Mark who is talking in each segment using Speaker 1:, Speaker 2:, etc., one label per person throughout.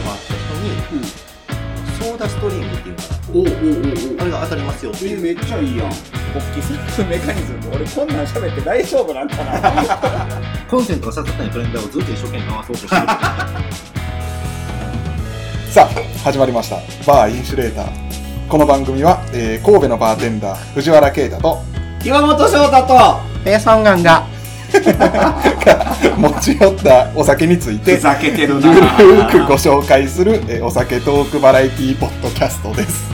Speaker 1: にソーダストリームっていうか
Speaker 2: おうおう
Speaker 1: なあれが当たりますよって
Speaker 2: え
Speaker 1: いう
Speaker 2: めっちゃいいやん
Speaker 3: 勃起するメカニズム俺こんなん喋って大丈夫なんかな
Speaker 1: コンセントが刺さったようなカレンダーをずっと一生懸命回そうとして る
Speaker 4: さあ始まりましたバーインシュレーターこの番組は、えー神戸のバーテンダー藤原啓太と
Speaker 2: 岩本翔太と
Speaker 1: ペーソンガンが
Speaker 4: 持ち寄ったお酒について
Speaker 2: ふざけてる
Speaker 4: ゆ
Speaker 2: な
Speaker 4: るーくご紹介する、えーお酒トークバラエティーポッドキャストです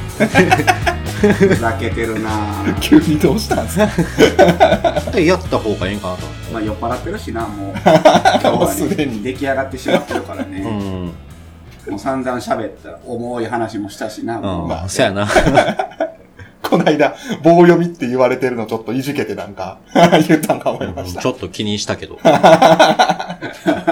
Speaker 2: ふざけてるな
Speaker 4: 急にどうしたんですか
Speaker 1: やった方がいいかなと思
Speaker 2: まあ酔っ払ってるしなもう
Speaker 4: もうすでに
Speaker 2: 出来上がってしまってるからね、
Speaker 1: って
Speaker 2: もう散々喋った重い話もしたしな、
Speaker 1: うん、
Speaker 2: も
Speaker 1: うん、そやな
Speaker 4: この間棒読みって言われてるのちょっといじけてなんか 言ったんか思 いました
Speaker 1: ちょっと気にした けど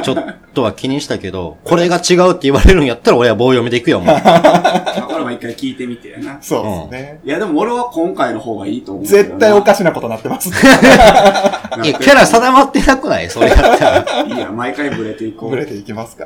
Speaker 1: ちょっとは気にしたけどこれが違うって言われるんやったら俺は棒読みでいくよ もう
Speaker 2: うこれも一回聞いてみてやな
Speaker 4: そうですね、
Speaker 2: いやでも俺は今回の方がいいと思うけどな
Speaker 4: 絶対おかしなことなってます
Speaker 2: なんか
Speaker 1: いやキャラ定まってなくないそれやったら
Speaker 2: いや毎回ブレていこ
Speaker 4: ぶれ
Speaker 2: う
Speaker 4: ていきますか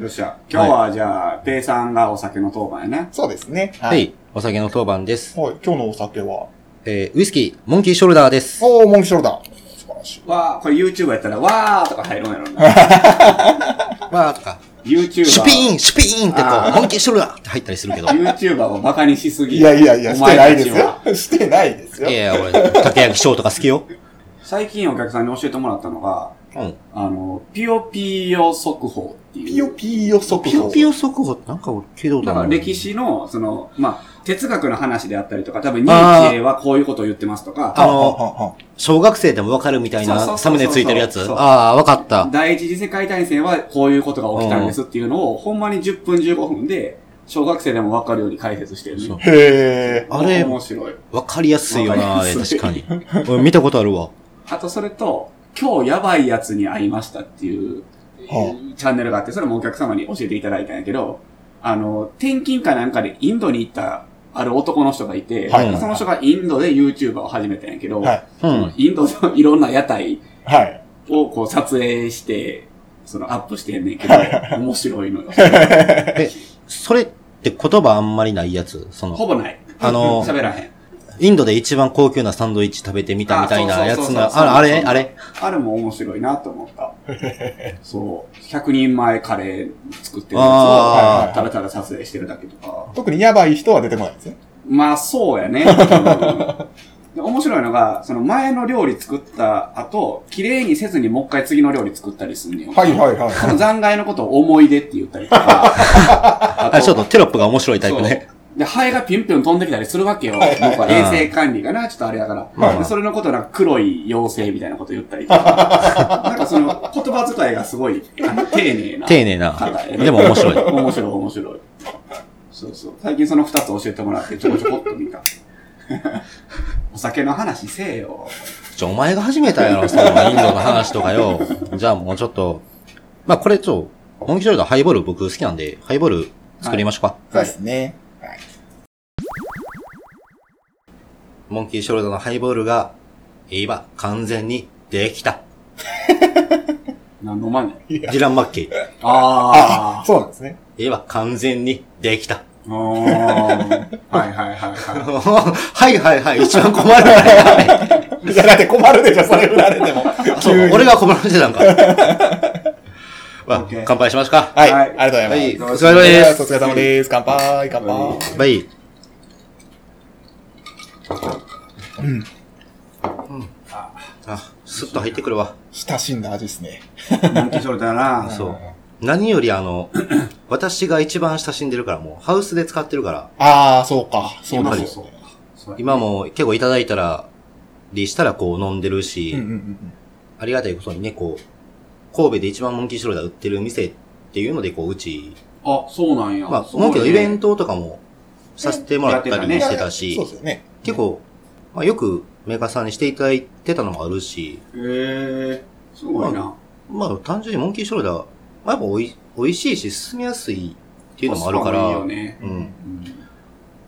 Speaker 2: よっしゃ今日はじゃあ、ペイさんがお酒の当番やね
Speaker 4: そうですね
Speaker 1: は、いお酒の当番です、
Speaker 4: はい、今日のお酒は
Speaker 1: えー、ウイスキーモンキーショルダーです
Speaker 4: おーモンキーショルダー素晴らしい
Speaker 2: わーこれ YouTube やったらわーとか入るんやろな
Speaker 1: わーとか
Speaker 2: YouTuber
Speaker 1: シュピーンシュピーンって
Speaker 2: あ
Speaker 1: こ
Speaker 2: ー
Speaker 1: うモンキーショルダーって入ったりするけどい
Speaker 2: YouTuber をバカにしすぎ
Speaker 4: いやいやいや、
Speaker 2: お
Speaker 4: して
Speaker 2: 前
Speaker 4: ない
Speaker 2: た
Speaker 4: です
Speaker 2: ちは
Speaker 4: よ。してないですよ
Speaker 1: や。いや俺竹焼きショーとか好きよ
Speaker 2: 最近お客さんに教えてもらったのが
Speaker 1: うん
Speaker 2: あのピヨピヨ速報っていう
Speaker 4: ピヨピヨ速報。
Speaker 1: ピヨピヨ速報ってなんか俺聞いたこと
Speaker 2: だか
Speaker 1: あ
Speaker 2: ら
Speaker 1: る
Speaker 2: 歴史の、その、まあ、哲学の話であったりとか、多分ニーチェはこういうことを言ってますと
Speaker 1: あ
Speaker 2: か、
Speaker 4: は
Speaker 1: の
Speaker 4: んはんはん
Speaker 1: 小学生でもわかるみたい
Speaker 2: そうそうそうそ
Speaker 1: な
Speaker 2: う
Speaker 1: サムネついてるやつ
Speaker 2: そう
Speaker 1: ああわかった
Speaker 2: 第一次世界大戦はこういうことが起きたんですっていうのを、ほんまに10分15分で、小学生でもわかるように解説してる
Speaker 1: そう
Speaker 2: ね。
Speaker 4: へえ。
Speaker 1: あれ
Speaker 2: 面白い。
Speaker 1: わかりやすいよな、
Speaker 2: わ
Speaker 1: あ
Speaker 2: か
Speaker 1: れ、
Speaker 2: りやす
Speaker 1: 確
Speaker 2: い
Speaker 1: かに。俺見たことあるわ。
Speaker 2: あとそれと、今日やばいやつに会いましたっていう、
Speaker 4: は
Speaker 2: チャンネルがあって、それもお客様に教えていただいたんやけど、あの、転勤かなんかでインドに行った、ある男の人がいて、
Speaker 4: はい
Speaker 2: その人がインドで YouTuber を始めたんやけど、
Speaker 4: はい。
Speaker 1: うん。
Speaker 2: インドのいろんな屋台、
Speaker 4: はい。
Speaker 2: をこう撮影して、そのアップしてんねんけど、面白い のよ。
Speaker 1: え、それって言葉あんまりないやつそ
Speaker 2: ほ
Speaker 1: の、
Speaker 2: ぼない。
Speaker 1: あのー
Speaker 2: 喋らへん。
Speaker 1: インドで一番高級なサンドイッチ食べてみたみたいな
Speaker 2: あ
Speaker 1: や
Speaker 2: そう
Speaker 1: つ
Speaker 2: そうそう
Speaker 1: な、
Speaker 2: そう
Speaker 1: ああれあれ
Speaker 2: あれも面白いなと思った。そう。100人前カレー作ってる
Speaker 1: あ
Speaker 2: や
Speaker 4: ー
Speaker 2: つを、ただただ撮影してるだけとか。
Speaker 4: 特にやばい人は出てこないですね。
Speaker 2: まあ、そうやね。うんで面白いのが、その前の料理作った後、綺麗にせずにもう一回次の料理作ったりすんねん。
Speaker 4: はいはいはい
Speaker 2: その残骸のことを思い出って言ったりとか。
Speaker 1: あ、ちょっとテロップが面白いタイプね。
Speaker 2: そう。で、ハエがピンピン飛んできたりするわけよ。
Speaker 4: はいはい
Speaker 2: 僕は衛生管理がな、ちょっとあれだから。
Speaker 1: まあまあ
Speaker 2: でそれのことをなんか黒い妖精みたいなこと言ったりとか。なんかその言葉遣いがすごい、あの丁寧 な。
Speaker 1: 丁寧な
Speaker 2: 方。やね
Speaker 1: でも面白い。
Speaker 2: 面白い、面白い。そうそう。最近その二つ教えてもらって、ちょこちょこっと見た。お酒の話せえよ。
Speaker 1: ちょ、お前が始めたやろ、そのインドの話とか よ。じゃあもうちょっと、まあこれちょ、モンキーショルダーハイボール僕好きなんで、ハイボール作りましょうか。
Speaker 2: そうです
Speaker 4: ね。
Speaker 1: モンキーショルダーのハイボールが、今、完全にできた。
Speaker 2: 何の前ねん。
Speaker 1: ディラン・マッキー。
Speaker 4: あ
Speaker 2: あー。
Speaker 4: そうなんですね。
Speaker 1: 今、完全にできた。
Speaker 2: あーはいはいはいは
Speaker 1: はいはいはい、一番困る から。
Speaker 4: いや、だって困るでしょ、それ振られても。
Speaker 1: そう
Speaker 4: 急に。
Speaker 1: 俺が困らせて たんか。まあ
Speaker 2: OK
Speaker 1: 乾杯しますか。
Speaker 4: はい。
Speaker 2: は
Speaker 4: あ
Speaker 2: い
Speaker 4: りがとうござい
Speaker 1: は
Speaker 4: ます。
Speaker 1: い、お
Speaker 2: どうぞ
Speaker 1: 疲れ様で
Speaker 4: お
Speaker 1: す。
Speaker 4: 疲れ様です。乾杯、乾杯。
Speaker 1: バイ。あ、スッと入ってくるわ。
Speaker 4: 親しんだ味ですね。
Speaker 2: い。なんてしょるだな。
Speaker 1: そう。何よりあの、 私が一番親しんでるから、もうハウスで使ってるから、
Speaker 4: あー、そうか。そう
Speaker 2: 今
Speaker 4: で
Speaker 2: こ
Speaker 4: す
Speaker 2: そ
Speaker 4: よね。。
Speaker 2: そう
Speaker 1: 今も結構いただいたら、りしたらこう飲んでるし、
Speaker 4: うんうんうん
Speaker 1: ありがたいことにね、こう、神戸で一番モンキーショルダー売ってる店っていうので、こう、うち、
Speaker 2: あ、そうなんや。
Speaker 1: まあ、
Speaker 2: すごい
Speaker 1: モンキーのイベン
Speaker 2: ト。
Speaker 1: トとかもさせてもらった
Speaker 2: やってた
Speaker 1: り
Speaker 2: ね
Speaker 1: してた
Speaker 4: い
Speaker 1: し
Speaker 4: やそう、ですよね。
Speaker 1: 結構、まあ、よくメーカーさんにしていただいてたのもあるし、
Speaker 2: へえ、すごいな。
Speaker 1: まあ、単純にモンキーショルダー、まあ、やっぱおい、美味しいし、進みやすいっていうのもあるか
Speaker 2: コスパもいい
Speaker 1: ら
Speaker 2: よ、ね。
Speaker 1: うん。
Speaker 2: うん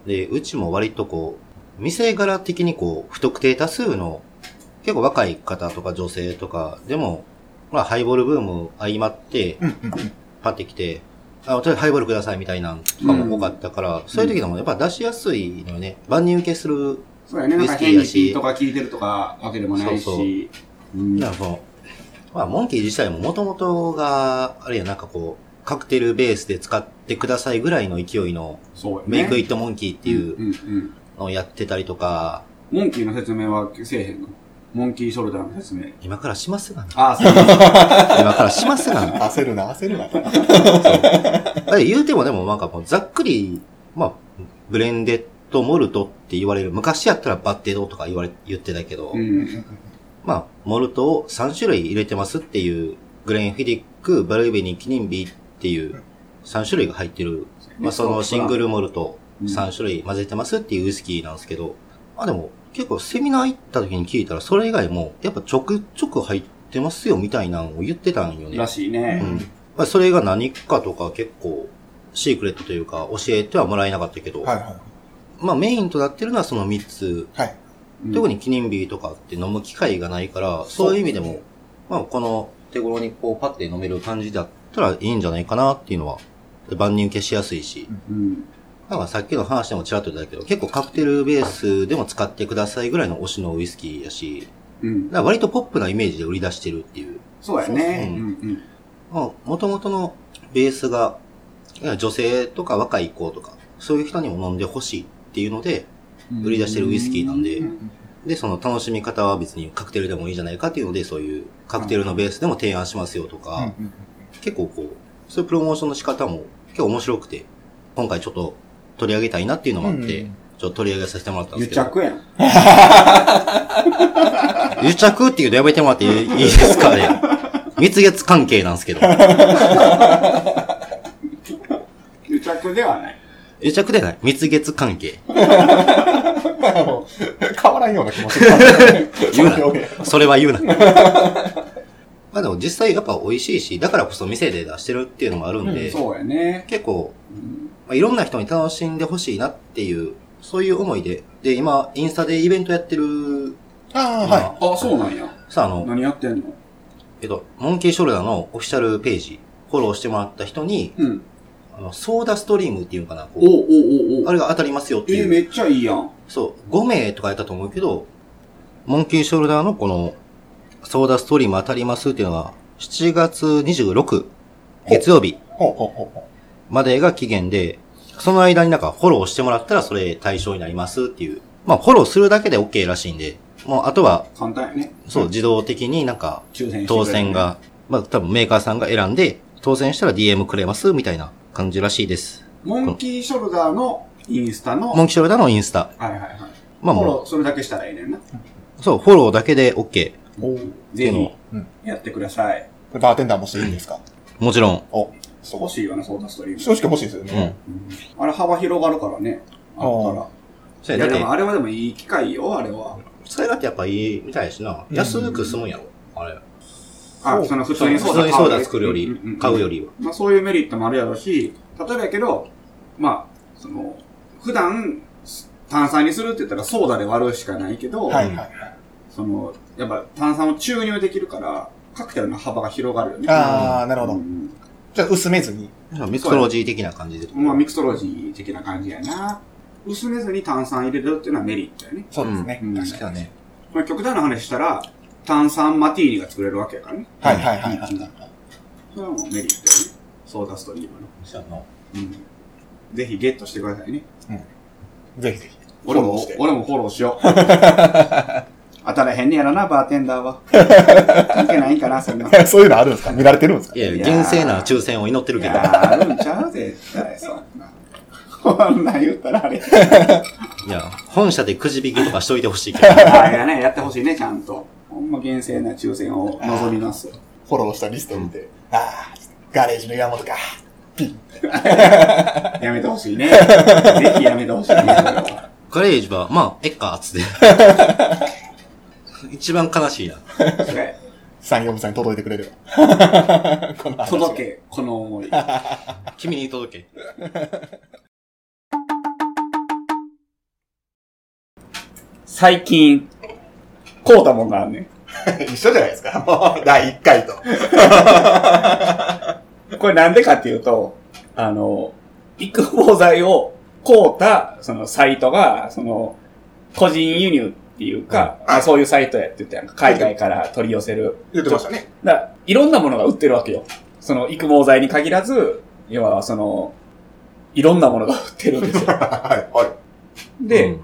Speaker 1: で、うちも割とこう、店柄的にこう、不特定多数の、結構若い方とか女性とか、でも、まあ、ハイボールブーム相まって、
Speaker 4: うんうんうん
Speaker 1: パってきて、あ、とりあえずハイボールくださいみたいなのとかも多かったから、そういう時でもやっぱ出しやすいのよね。万人受けする。
Speaker 2: そうやね。なんか
Speaker 1: ウイスキー
Speaker 2: 変
Speaker 1: や
Speaker 2: に
Speaker 1: し
Speaker 2: ピートが効いてるとかわけでもない
Speaker 1: そうそう
Speaker 2: し。うん
Speaker 1: なんかこう、まあ、モンキー自体も元々が、あれやなんかこう、カクテルベースで使ってくださいぐらいの勢いの、
Speaker 2: そうやね。
Speaker 1: メイクイ
Speaker 2: っ
Speaker 1: ットモンキーっていう
Speaker 2: うんうん。
Speaker 1: のをやってたりとか、
Speaker 2: モンキーの説明はせえへんのモンキーショルダーの説明。
Speaker 1: 今からしますがな。
Speaker 2: ああ、そうです。
Speaker 1: 今からしますがな。
Speaker 4: 焦るな、焦るな。
Speaker 1: だって言うてもでもなんかもうざっくり、まあ、ブレンデッドモルトって言われる。昔やったらバッテドとか言われ、言ってたけど、
Speaker 2: うん。
Speaker 1: まあ、モルトを3種類入れてますっていう、グレンフィディック、バルベニー、キニンビーっていう3種類が入ってる、まあそのシングルモルト
Speaker 2: うん
Speaker 1: 3種類混ぜてますっていうウイスキーなんですけど、まあでも結構セミナー行った時に聞いたらそれ以外もやっぱちょくちょく入ってますよみたいなのを言ってたんよね。
Speaker 2: らしいね。
Speaker 1: うん。まあ、それが何かとか結構、シークレットというか、教えてはもらえなかったけど、
Speaker 4: はいは
Speaker 1: まあメインとなってるのはその3つ、
Speaker 4: い。はい。
Speaker 2: うん
Speaker 1: 特に記念日とかって飲む機会がないから、そういう意味でも、まあこの手頃にこうパッて飲める感じだったらいいんじゃないかなっていうのは、万人受けしやすいし、
Speaker 2: うん。
Speaker 1: なんかさっきの話でもちらっと言ったけど、結構カクテルベースでも使ってくださいぐらいの推しのウイスキーやし、
Speaker 2: うん
Speaker 1: だ。から割とポップなイメージで売り出してるっていう。
Speaker 2: そうや
Speaker 1: そうう
Speaker 2: ね。
Speaker 1: ん
Speaker 2: うん。
Speaker 1: まあ、もともとのベースが、いや女性とか若い子とか、そういう人にも飲んでほしいっていうので、売り出してるウイスキーなんで
Speaker 2: う
Speaker 1: で、その楽しみ方は別にカクテルでもいいじゃないかっていうので、そういうカクテルのベースでも提案しますよと
Speaker 4: うんう
Speaker 1: か、
Speaker 4: ん
Speaker 1: 結構こう、そういうプロモーションの仕方も結構面白くて、今回ちょっと取り上げたいなっていうのもあって、
Speaker 4: うん
Speaker 1: ちょっと取り上げさせてもらったんで
Speaker 2: 癒
Speaker 1: すけど。
Speaker 2: 着やん。
Speaker 1: 癒着っていうのやめてもらっていいいいですかね。蜜月関係なんですけど。
Speaker 2: 癒着ではない。
Speaker 1: 癒着ではない。蜜月関係。
Speaker 4: まあもう変わらんような気もする。そ
Speaker 1: 言う
Speaker 4: の 表現
Speaker 1: な。それは言うな。まあでも実際やっぱ美味しいし、だからこそ店で出してるっていうのもあるんで、
Speaker 2: そうやね。
Speaker 1: 結構、
Speaker 2: うん
Speaker 1: まあ、いろんな人に楽しんでほしいなっていう、そういう思いで、で、今、インスタでイベントやってる、
Speaker 4: ああ、
Speaker 1: ま
Speaker 4: は
Speaker 2: あ、そうなんや。
Speaker 1: さあ、あの、
Speaker 2: 何やってんの
Speaker 1: えっと、モンキーショルダーのオフィシャルページ、フォローしてもらった人に、
Speaker 2: うん。
Speaker 1: あの、ソーダストリームっていうのかな、
Speaker 2: お
Speaker 1: こ
Speaker 2: うおうお
Speaker 1: う、
Speaker 2: うお
Speaker 1: あ
Speaker 2: う。
Speaker 1: れが当たりますよって
Speaker 2: え
Speaker 1: い
Speaker 2: ー、
Speaker 1: う。
Speaker 2: めっちゃいいやん。
Speaker 1: そう、5名とかやったと思うけど、モンキーショルダーのこの、ソーダストリーム当たりますっていうのが、7月26、月曜日
Speaker 4: い。ほうほうほうほ
Speaker 1: までが期限で、その間になんかフォローしてもらったらそれ対象になりますっていう。まあ、フォローするだけで OK らしいんで、もうあとは、
Speaker 2: 簡単やね。
Speaker 1: そう、自動的になんか、
Speaker 2: 抽選してくれる
Speaker 1: 当選。が、まあ、多分メーカーさんが選んで、当選したら DM くれますみたいな感じらしいです。
Speaker 2: モンキーショルダーのインスタの。
Speaker 1: モンキーショルダーのインスタ。
Speaker 2: はいはいはい。
Speaker 1: まあ
Speaker 2: フ
Speaker 1: も
Speaker 2: ォロー、それだけしたらいいねんな。
Speaker 1: う、そう、フォローだけで OK。
Speaker 2: ぜひ
Speaker 4: うん、
Speaker 2: やってください。
Speaker 4: う。バーテンダーもしていいんですか
Speaker 1: もちろん。
Speaker 4: お、そう
Speaker 2: 欲。しいよな、ソーダストリー
Speaker 4: 正直欲しいですよ
Speaker 1: うん
Speaker 4: ね。。
Speaker 2: ム。あれ幅広がるからね。あったら。
Speaker 1: それ
Speaker 2: い
Speaker 1: だ
Speaker 2: や
Speaker 1: っ
Speaker 2: で
Speaker 1: て
Speaker 2: も、あれはでもいい機会よ、あれは。
Speaker 1: 使い勝手やっぱいいみたいやしな。
Speaker 4: うん
Speaker 1: 安く済むんやろ。あれ。
Speaker 2: あ、その普通に
Speaker 1: そ
Speaker 2: ソ
Speaker 1: う
Speaker 2: ー
Speaker 1: 普通
Speaker 2: ダ
Speaker 1: に
Speaker 2: 買
Speaker 1: ソ
Speaker 2: う
Speaker 1: ーダ作るより、買うよ。りは。
Speaker 2: まあそういうメリットもあるやろうし、例えばやけど、まあ、その、普段、炭酸にするって言ったらソーダで割るしかないけど、
Speaker 4: はいはいはい。
Speaker 2: その、やっぱ炭酸を注入できるから、カクテルの幅が広がるよね。
Speaker 4: ああ、なるほ
Speaker 2: う
Speaker 4: ど。
Speaker 2: ん
Speaker 4: じゃあ薄めずに。
Speaker 1: ミクロロジー的な感じで。
Speaker 2: まあミクソロジー的な感じやな。薄めずに炭酸入れるっていうのはメリットやね。
Speaker 4: そうですね。
Speaker 2: うん
Speaker 4: 確かに。
Speaker 1: だね。
Speaker 2: まあ極端な話したら、炭酸マティーニが作れるわけやからね。
Speaker 4: はいはいはいはい。
Speaker 2: それはもうメリットやね。ソーダストリームの。
Speaker 1: そうやな
Speaker 2: うん。ぜひゲットしてくださいね。
Speaker 4: ぜひぜひ。
Speaker 2: 俺
Speaker 4: フォロー
Speaker 2: も
Speaker 4: して、
Speaker 2: 俺もフォローし よう。当たらへんねやろな、バーテンダーは。関係ないんかな、そんな。い
Speaker 4: そういうのあるんですか見られてるんですか
Speaker 1: いやいや、厳正な抽選を祈ってるけど。
Speaker 2: や、あるんちゃう絶対、そんな。こんなん言ったらあれ。
Speaker 1: いや、本社でくじ引きとかしといてほしいけど。
Speaker 2: あれがね、やってほしいね、ちゃんと。ほんま厳正な抽選を望みます。
Speaker 4: フォローしたリストを見て。ああ、ガレージの山本か。
Speaker 2: やめてほし いね。ぜひやめてほしいね。それは
Speaker 1: ガレージは、まあ、えっか、つって。 一番悲しいな。
Speaker 2: それ
Speaker 4: 三四部さんに届いてくれれば。 この話が
Speaker 2: 届け、この思い。
Speaker 1: 君に届け。
Speaker 2: 最近、こうたもんがあんねん。
Speaker 4: 一緒じゃないですか。もう、第1回と。
Speaker 2: これなんでかっていうと、あの、育毛剤を買うた、そのサイトが、その、個人輸入っていうか、まあそういうサイトやって言ってやんか海外から取り寄せる。
Speaker 4: 言ってましたね。
Speaker 2: だからいろんなものが売ってるわけよ。その育毛剤に限らず、要はその、いろんなものが売ってるんです よ。
Speaker 4: はい、は
Speaker 1: う
Speaker 2: で、
Speaker 1: ん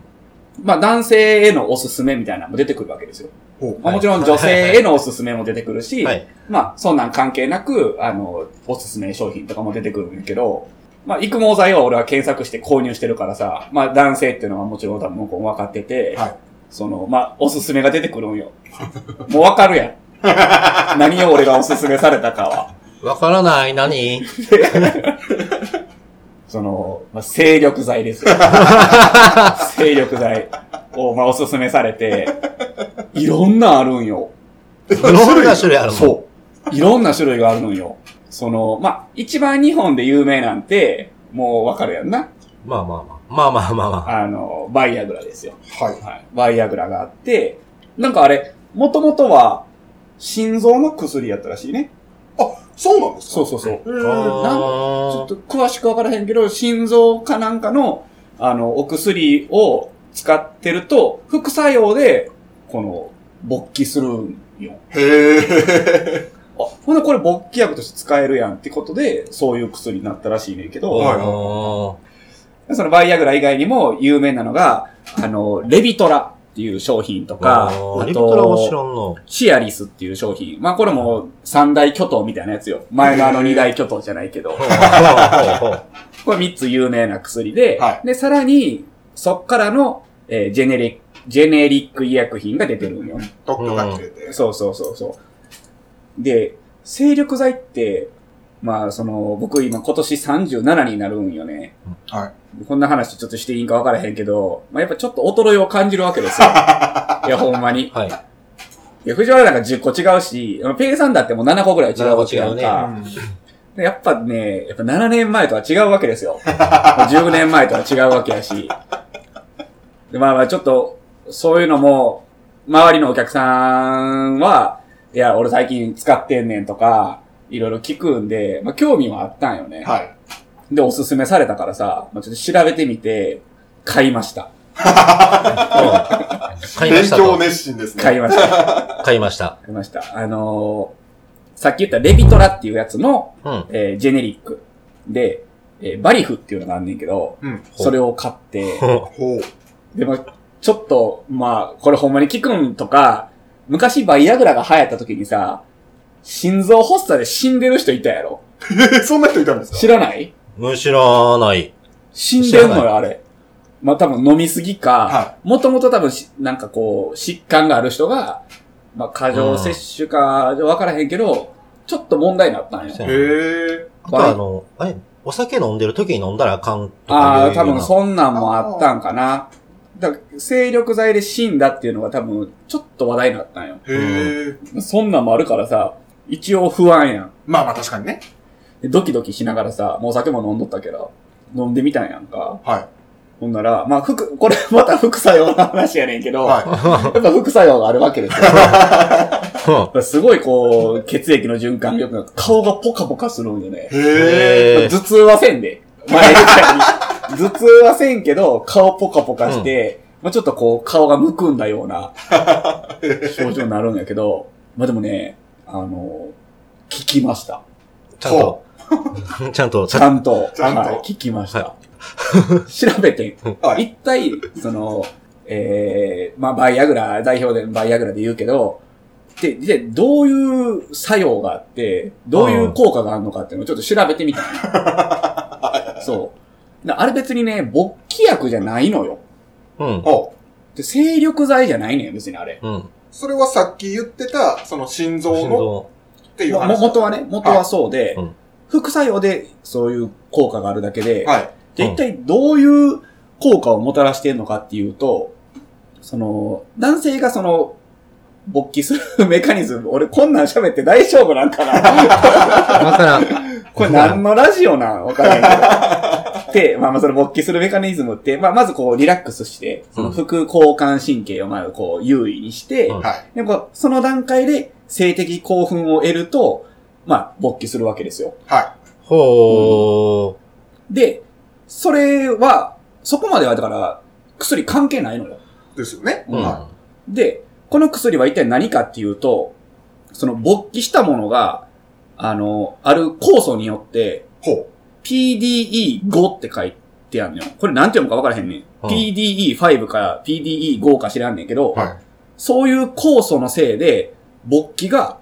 Speaker 2: まあ男性へのおすすめみたいなのも出てくるわけですよ。
Speaker 4: い。お
Speaker 2: まあもちろん女性へのおすすめも出てくるし、
Speaker 1: はい。
Speaker 2: まあ、そんなん関係なく、あの、おすすめ商品とかも出てくるんだけど、まあ、育毛剤は俺は検索して購入してるからさ、まあ、男性っていうのはもちろん多分僕も分かってて、
Speaker 4: はい
Speaker 2: その、まあ、おすすめが出てくるんよ。もう分かるやん。 何を俺がおすすめされたかは。
Speaker 1: わからない、何
Speaker 2: その、まあ、精力剤 ですよ。精力剤を、まあ、おすすめされて、いろんなんあるんよ。
Speaker 1: いろんな種類あるもん。
Speaker 2: そう。いろんな種類があるのよ。その、まあ、一番日本で有名なんて、もうわかるやんな。
Speaker 1: まあまあまあ。まあまあまあまあ。
Speaker 2: あの、バイアグラですよ。
Speaker 4: はい。
Speaker 2: はい。バイアグラがあって、なんかあれ、もともとは、心臓の薬やったらしいね。
Speaker 4: そうなんですか
Speaker 2: そうそうそう。
Speaker 4: う
Speaker 1: あ
Speaker 4: ーん。
Speaker 2: なんちょっと詳しくわからへんけど、心臓かなんかの、あの、お薬を使ってると、副作用で、この、勃起するんよ。
Speaker 4: へえ。
Speaker 2: あ、ほんでこれ勃起薬として使えるやんってことで、そういう薬になったらしいねんけど、
Speaker 4: はい
Speaker 2: そのバイアグラ以外にも有名なのが、あの、レビトラっていう商品とか、あ
Speaker 1: あーリプトラは知ら
Speaker 2: と、
Speaker 1: んな。
Speaker 2: シアリスっていう商品。まあこれも三大巨頭みたいなやつよ。前のあの二大巨頭じゃないけど、これ三つ有名な薬で、
Speaker 4: は
Speaker 2: で、さらに、そっからの、えージェネリジェネリック医薬品が出てるんよ。
Speaker 4: 特許が切れて。
Speaker 2: そうそうそうそう。で、精力剤って、まあ、その、僕今今年37になるんよね。。
Speaker 4: はい
Speaker 2: こんな話ちょっとしていいんか分からへんけど、まあやっぱちょっと衰えを感じるわけですよ。いや、ほんまに。い
Speaker 1: はい。
Speaker 2: や、藤原なんか10個違うし、ペイさんだってもう7個ぐらい違うわけやん
Speaker 1: 7個違
Speaker 2: か。でやっぱね、やっぱ7年前とは違うわけです よ。もう10年前とは違うわけやし。でまあまあちょっと、そういうのも、周りのお客さんは、いや、俺最近使ってんねんとか、いろいろ聞くんで、まあ興味はあったんよね。
Speaker 4: はい。
Speaker 2: で、おすすめされたからさ、まあ、ちょっと調べてみて、買いま した。
Speaker 1: 買いま
Speaker 4: 勉
Speaker 1: した
Speaker 4: 強
Speaker 1: と。
Speaker 4: 熱心ですね。
Speaker 2: 買いました。買
Speaker 1: 買いました。
Speaker 2: いました。あのーさっき言ったレビトラっていうやつの、
Speaker 1: うん。
Speaker 2: えージェネリックで、えーバリフっていうのがあんねんけど、
Speaker 4: うん。
Speaker 2: それを買って、
Speaker 4: ほう。
Speaker 2: でも、ちょっと、まあ、これほんまに聞くんとか、昔バイアグラが流行った時にさ、心臓発作で死んでる人いたやろ
Speaker 4: え、そんな人いたんですか
Speaker 2: 知らない
Speaker 1: むしろない。
Speaker 2: 死んでんのよ、あれ。まあ多分飲みすぎか、
Speaker 4: は
Speaker 2: もともと多分し、なんかこう、疾患がある人が、まあ過剰摂取か、わからへんけど、ちょっと問題になったんよ。
Speaker 1: そう
Speaker 4: い。
Speaker 1: や
Speaker 4: へ
Speaker 1: な
Speaker 4: え。
Speaker 1: あとあの、あれ、お酒飲んでる時に飲んだらあかんと
Speaker 2: あ
Speaker 1: かい
Speaker 2: あ、
Speaker 1: うような。
Speaker 2: 多分そんなんもあったんかな。だから、精力剤で死んだっていうのが多分、ちょっと話題になったんよ。
Speaker 4: へえ。
Speaker 2: そんなんもあるからさ、一応不安やん。
Speaker 4: まあまあ確かにね。
Speaker 2: でドキドキしながらさ、もうお酒も飲んどったけど、飲んでみたんやんか。
Speaker 4: は
Speaker 2: ほんなら、まあ、副、これ また副作用の話やねんけ
Speaker 4: い。
Speaker 2: ど、
Speaker 4: は
Speaker 2: やっぱ副作用があるわけですよ。
Speaker 1: うん。
Speaker 2: すごいこう、血液の循環が良くなって、顔がポカポカするんよね。
Speaker 4: い。へえ。
Speaker 1: へー
Speaker 2: 頭痛はせんで。前みたいに。 頭痛はせんけど、顔ポカポカして、まあちょっとこう、顔がむくんだような症状になるんやけど、まあでもね、あの、聞きました。
Speaker 1: ちゃんと。 ちゃんと、
Speaker 2: ちゃんと。
Speaker 4: ちゃんと
Speaker 2: はい聞きました。 調べてん
Speaker 4: は。い
Speaker 2: 一体、その、えー、まあ、バイアグラ、代表でバイアグラで言うけど、で、で、どういう作用があって、どういう効果があるのかっていうのをちょっと調べてみたのそう。であれ別にね、勃起薬じゃないのよ。
Speaker 1: うん。
Speaker 4: ほう。
Speaker 2: で精力剤じゃないねん、別にあれ。
Speaker 1: うん。
Speaker 4: それはさっき言ってた、その心臓
Speaker 1: 心
Speaker 4: の
Speaker 1: 臓。
Speaker 4: っていう
Speaker 2: も
Speaker 4: 話。
Speaker 2: 元はね、元はそうで、
Speaker 1: はいうん
Speaker 2: 副作用でそういう効果があるだけで、
Speaker 4: はい。
Speaker 2: で、
Speaker 1: うん
Speaker 2: 一体どういう効果をもたらしているのかっていうと、その、男性がその、勃起するメカニズム、俺こんなん喋って大丈夫なん かな
Speaker 1: わからん。
Speaker 2: これ何のラジオなんわからないけど。で、まあまあその勃起するメカニズムって、まあまずこうリラックスして、その副交感神経をまあこう優位にして、
Speaker 1: うん
Speaker 4: はい。
Speaker 2: でこうその段階で性的興奮を得ると、まあ勃起するわけですよ。
Speaker 4: は
Speaker 1: ほー。
Speaker 2: で、それは、そこまではだから、薬関係ないのよ。
Speaker 4: ですよね。
Speaker 1: うん。
Speaker 4: は
Speaker 2: で、この薬は一体何かっていうと、その勃起したものが、あの、ある酵素によって、
Speaker 4: い。ほ
Speaker 2: PDE5 って書いてあるのよ。これなんて読むかわからへんねん。
Speaker 1: うん
Speaker 2: PDE5 か PDE5 か知らんねんけど、
Speaker 4: う。はい。
Speaker 2: そういう酵素のせいで、勃起が、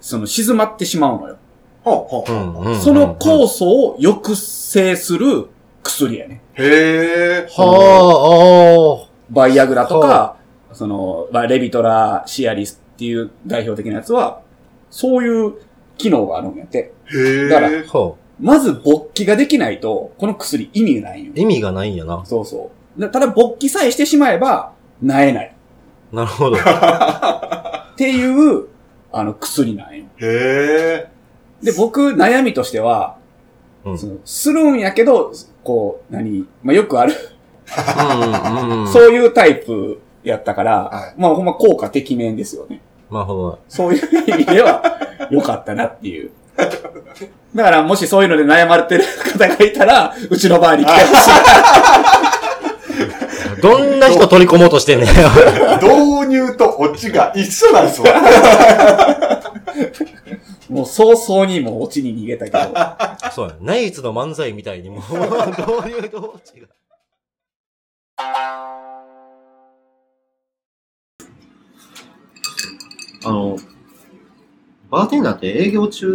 Speaker 2: その静まってしまうのよ。
Speaker 4: ほうほう。
Speaker 1: うんうん
Speaker 2: その酵素を抑制する薬やね。
Speaker 4: へえ。
Speaker 1: は
Speaker 2: バイアグラとか、その、まあ、レビトラ、シアリスっていう代表的なやつは、そういう機能があるんやって。
Speaker 4: へえ。
Speaker 2: だから
Speaker 1: あ、ああ。は
Speaker 2: まず勃起ができないと、この薬意味ないんよ
Speaker 1: あ。。意味がないんやな。
Speaker 2: そうそう。だただ勃起さえしてしまえば、なえない。
Speaker 1: なるほど。
Speaker 2: っていう、あの、薬なんよ。
Speaker 4: へえ。
Speaker 2: で、僕、悩みとしては、
Speaker 1: うん
Speaker 2: そのするんやけど、こう、何、まあ、よくある、
Speaker 1: うんうんうん。
Speaker 2: そういうタイプやったから、
Speaker 4: はい
Speaker 2: まあ、ほんま効果てきめんですよね。
Speaker 1: なるほど。
Speaker 2: そういう意味では、良かったなっていう。だから、もしそういうので悩まれてる方がいたら、うちのバーに来てほしい。
Speaker 1: どんな人取り込もうとしてんねん。
Speaker 4: 導入とオチが一緒なんですわ。
Speaker 2: もう早々にもう落ちに逃げたけど。
Speaker 1: そうや。ナイツの漫才みたいにもう、 どういうどう違う。あの、バーテンダーって営業中、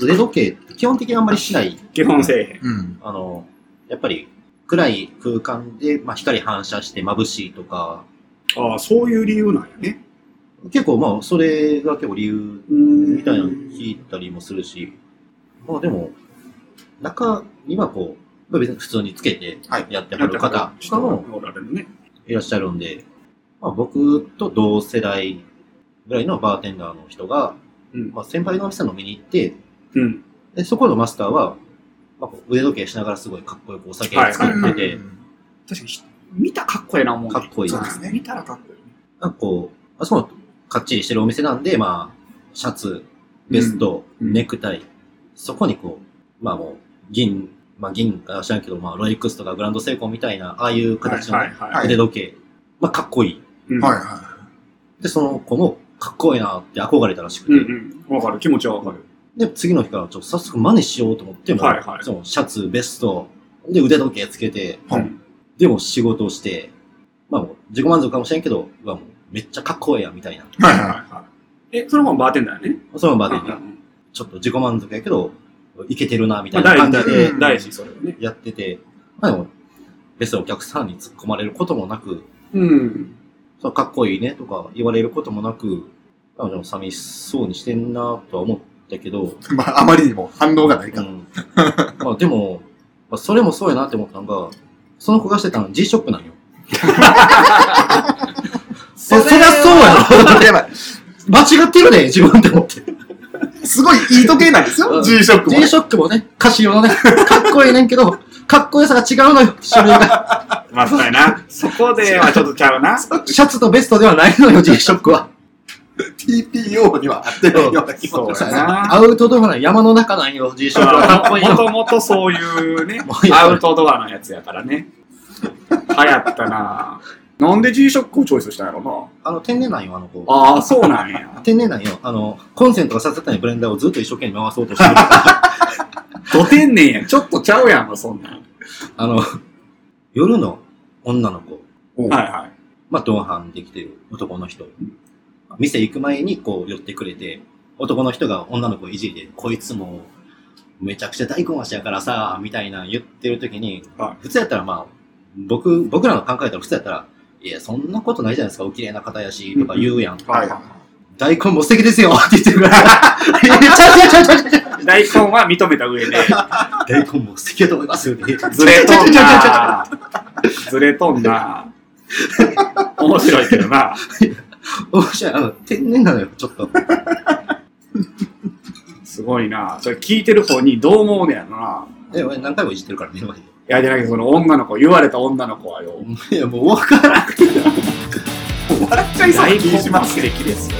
Speaker 1: 腕時計って基本的にあんまりしない。
Speaker 2: 基本せえへん。
Speaker 4: うん。
Speaker 1: あの、やっぱり暗い空間で、まあ、光反射して眩しいとか、
Speaker 3: ああ、そういう理由なんやね。
Speaker 1: 結構まあ、それが結構理由みたいなの聞いたりもするし、まあでも、中にはこう、まあ別に普通につけて
Speaker 4: はい
Speaker 1: やってはる方とかも
Speaker 3: おられるね。
Speaker 1: いらっしゃるんで、まあ僕と同世代ぐらいのバーテンダーの人が、
Speaker 3: うん
Speaker 1: まあ先輩のお店飲みに行って、
Speaker 3: うん。
Speaker 1: でそこのマスターは、まあ、こう腕時計しながらすごいかっこよくお酒作ってて、
Speaker 3: 確かに、見たかっこええな思うね。
Speaker 1: かっこいい
Speaker 3: そうですね。見たらかっこいいね。
Speaker 1: なんかこう、あそこもかっちりしてるお店なんで、まあ、シャツ、ベスト、
Speaker 3: うん
Speaker 1: ネクタイ、そこにこう、まあもう、銀、まあ銀か知らんけど、まあロレックスとかグランドセイコーみたいな、ああいう形の
Speaker 3: はいはいはい。
Speaker 1: 腕時計、まあかっこいい。
Speaker 3: うん
Speaker 4: はいは
Speaker 1: で、その子もかっこいいなって憧れたらしくて、
Speaker 3: うんうん。わかる。気持ちはわかる。
Speaker 1: で、次の日からちょっと早速真似しようと思っても、
Speaker 3: はいはい
Speaker 1: そのシャツ、ベスト、で腕時計つけて、
Speaker 4: はい
Speaker 1: でも仕事をして、まあもう自己満足かもしれんけど、うわもうめっちゃかっこええやんみたいな。
Speaker 4: い。はいは
Speaker 3: え、その子もバーテンダーやね。
Speaker 1: その場で、
Speaker 3: うんうん
Speaker 1: ちょっと自己満足やけど、いけてるな、みた
Speaker 3: まあ
Speaker 1: いな
Speaker 3: 大
Speaker 1: 感じで
Speaker 3: 事、大事、それはね。
Speaker 1: やってて、まあでも、別にお客さんに突っ込まれることもなく、
Speaker 3: うん。
Speaker 1: そのかっこいいねとか言われることもなく、あでも寂しそうにしてんなとは思ったけど、
Speaker 4: い。まあ、あまりにも反応がないか
Speaker 1: う
Speaker 4: ら。
Speaker 1: ん、まあでも、まあそれもそうやなって思ったのが、その子がしてたの G ショップ なんよ。そりゃそうやろ
Speaker 4: やばい。
Speaker 1: 間違ってるね、自分で思って。
Speaker 4: すごいいい時計なんです
Speaker 1: う
Speaker 4: よ。
Speaker 1: ん
Speaker 4: G ショックも
Speaker 1: G
Speaker 4: ね。
Speaker 1: ショックもね、カシオのね、かっこいいねんけど、かっこよさが違うのよ、種類が。
Speaker 3: まあ、そうやな。そこではちょっとちゃうな。
Speaker 1: シャツとベストではないのよ、G-SHOCK は。
Speaker 4: TPO には合ってないような気も
Speaker 3: そ
Speaker 4: す
Speaker 3: う
Speaker 4: る
Speaker 3: や。な。
Speaker 1: アウトドアの山の中なんよ、G-SHOCK は。かっこいい
Speaker 3: も
Speaker 1: の。
Speaker 3: ともとそういうね
Speaker 1: もういい、よ
Speaker 3: アウトドアのやつやからね。流行ったななんで G-SHOCK をチョイスしたんやろ
Speaker 1: あの、天然なんよ、あの子
Speaker 3: な。。ああ、そうなんや。
Speaker 1: 天然なんよ。あの、コンセントが刺さったにブレンダーをずっと一生懸命回そうとしてる。
Speaker 3: ど天然やん。ちょっとちゃうやんか、そんなん。
Speaker 1: あの、夜の女の子、
Speaker 3: はいはい。
Speaker 1: まあ、同伴できてる男の人。店行く前にこう寄ってくれて、男の人が女の子をいじりで、こいつも、めちゃくちゃ大根足やからさ、みたいな言ってる時に、
Speaker 3: は
Speaker 1: 普通やったらまあ、僕、僕らの考えたら普通やったら、いや、そんなことないじゃないですか、お綺麗な方やし、とか言うやん。
Speaker 4: はい。
Speaker 1: 大根も素敵ですよって言ってる から、いやちゃうちゃうちゃうちゃうちゃう
Speaker 3: 大根は認めた上で、
Speaker 1: 大根も素敵だと思いますって。
Speaker 3: ずれとんなずれとんな面白いけどな。
Speaker 1: 面白い。あの、天然なのよ、ちょっと。
Speaker 3: すごいなそれ聞いてる方にどう思うねやろな。
Speaker 1: え、俺何回もいじってるからね、今まで
Speaker 3: いや、じゃなくて、その女の子、言われた女の子はよ。
Speaker 1: いや、もう分からん。
Speaker 4: 笑っちゃいそうな
Speaker 3: 大
Speaker 4: 気
Speaker 3: 根
Speaker 4: しま
Speaker 3: は
Speaker 4: す
Speaker 3: 素敵ですよ。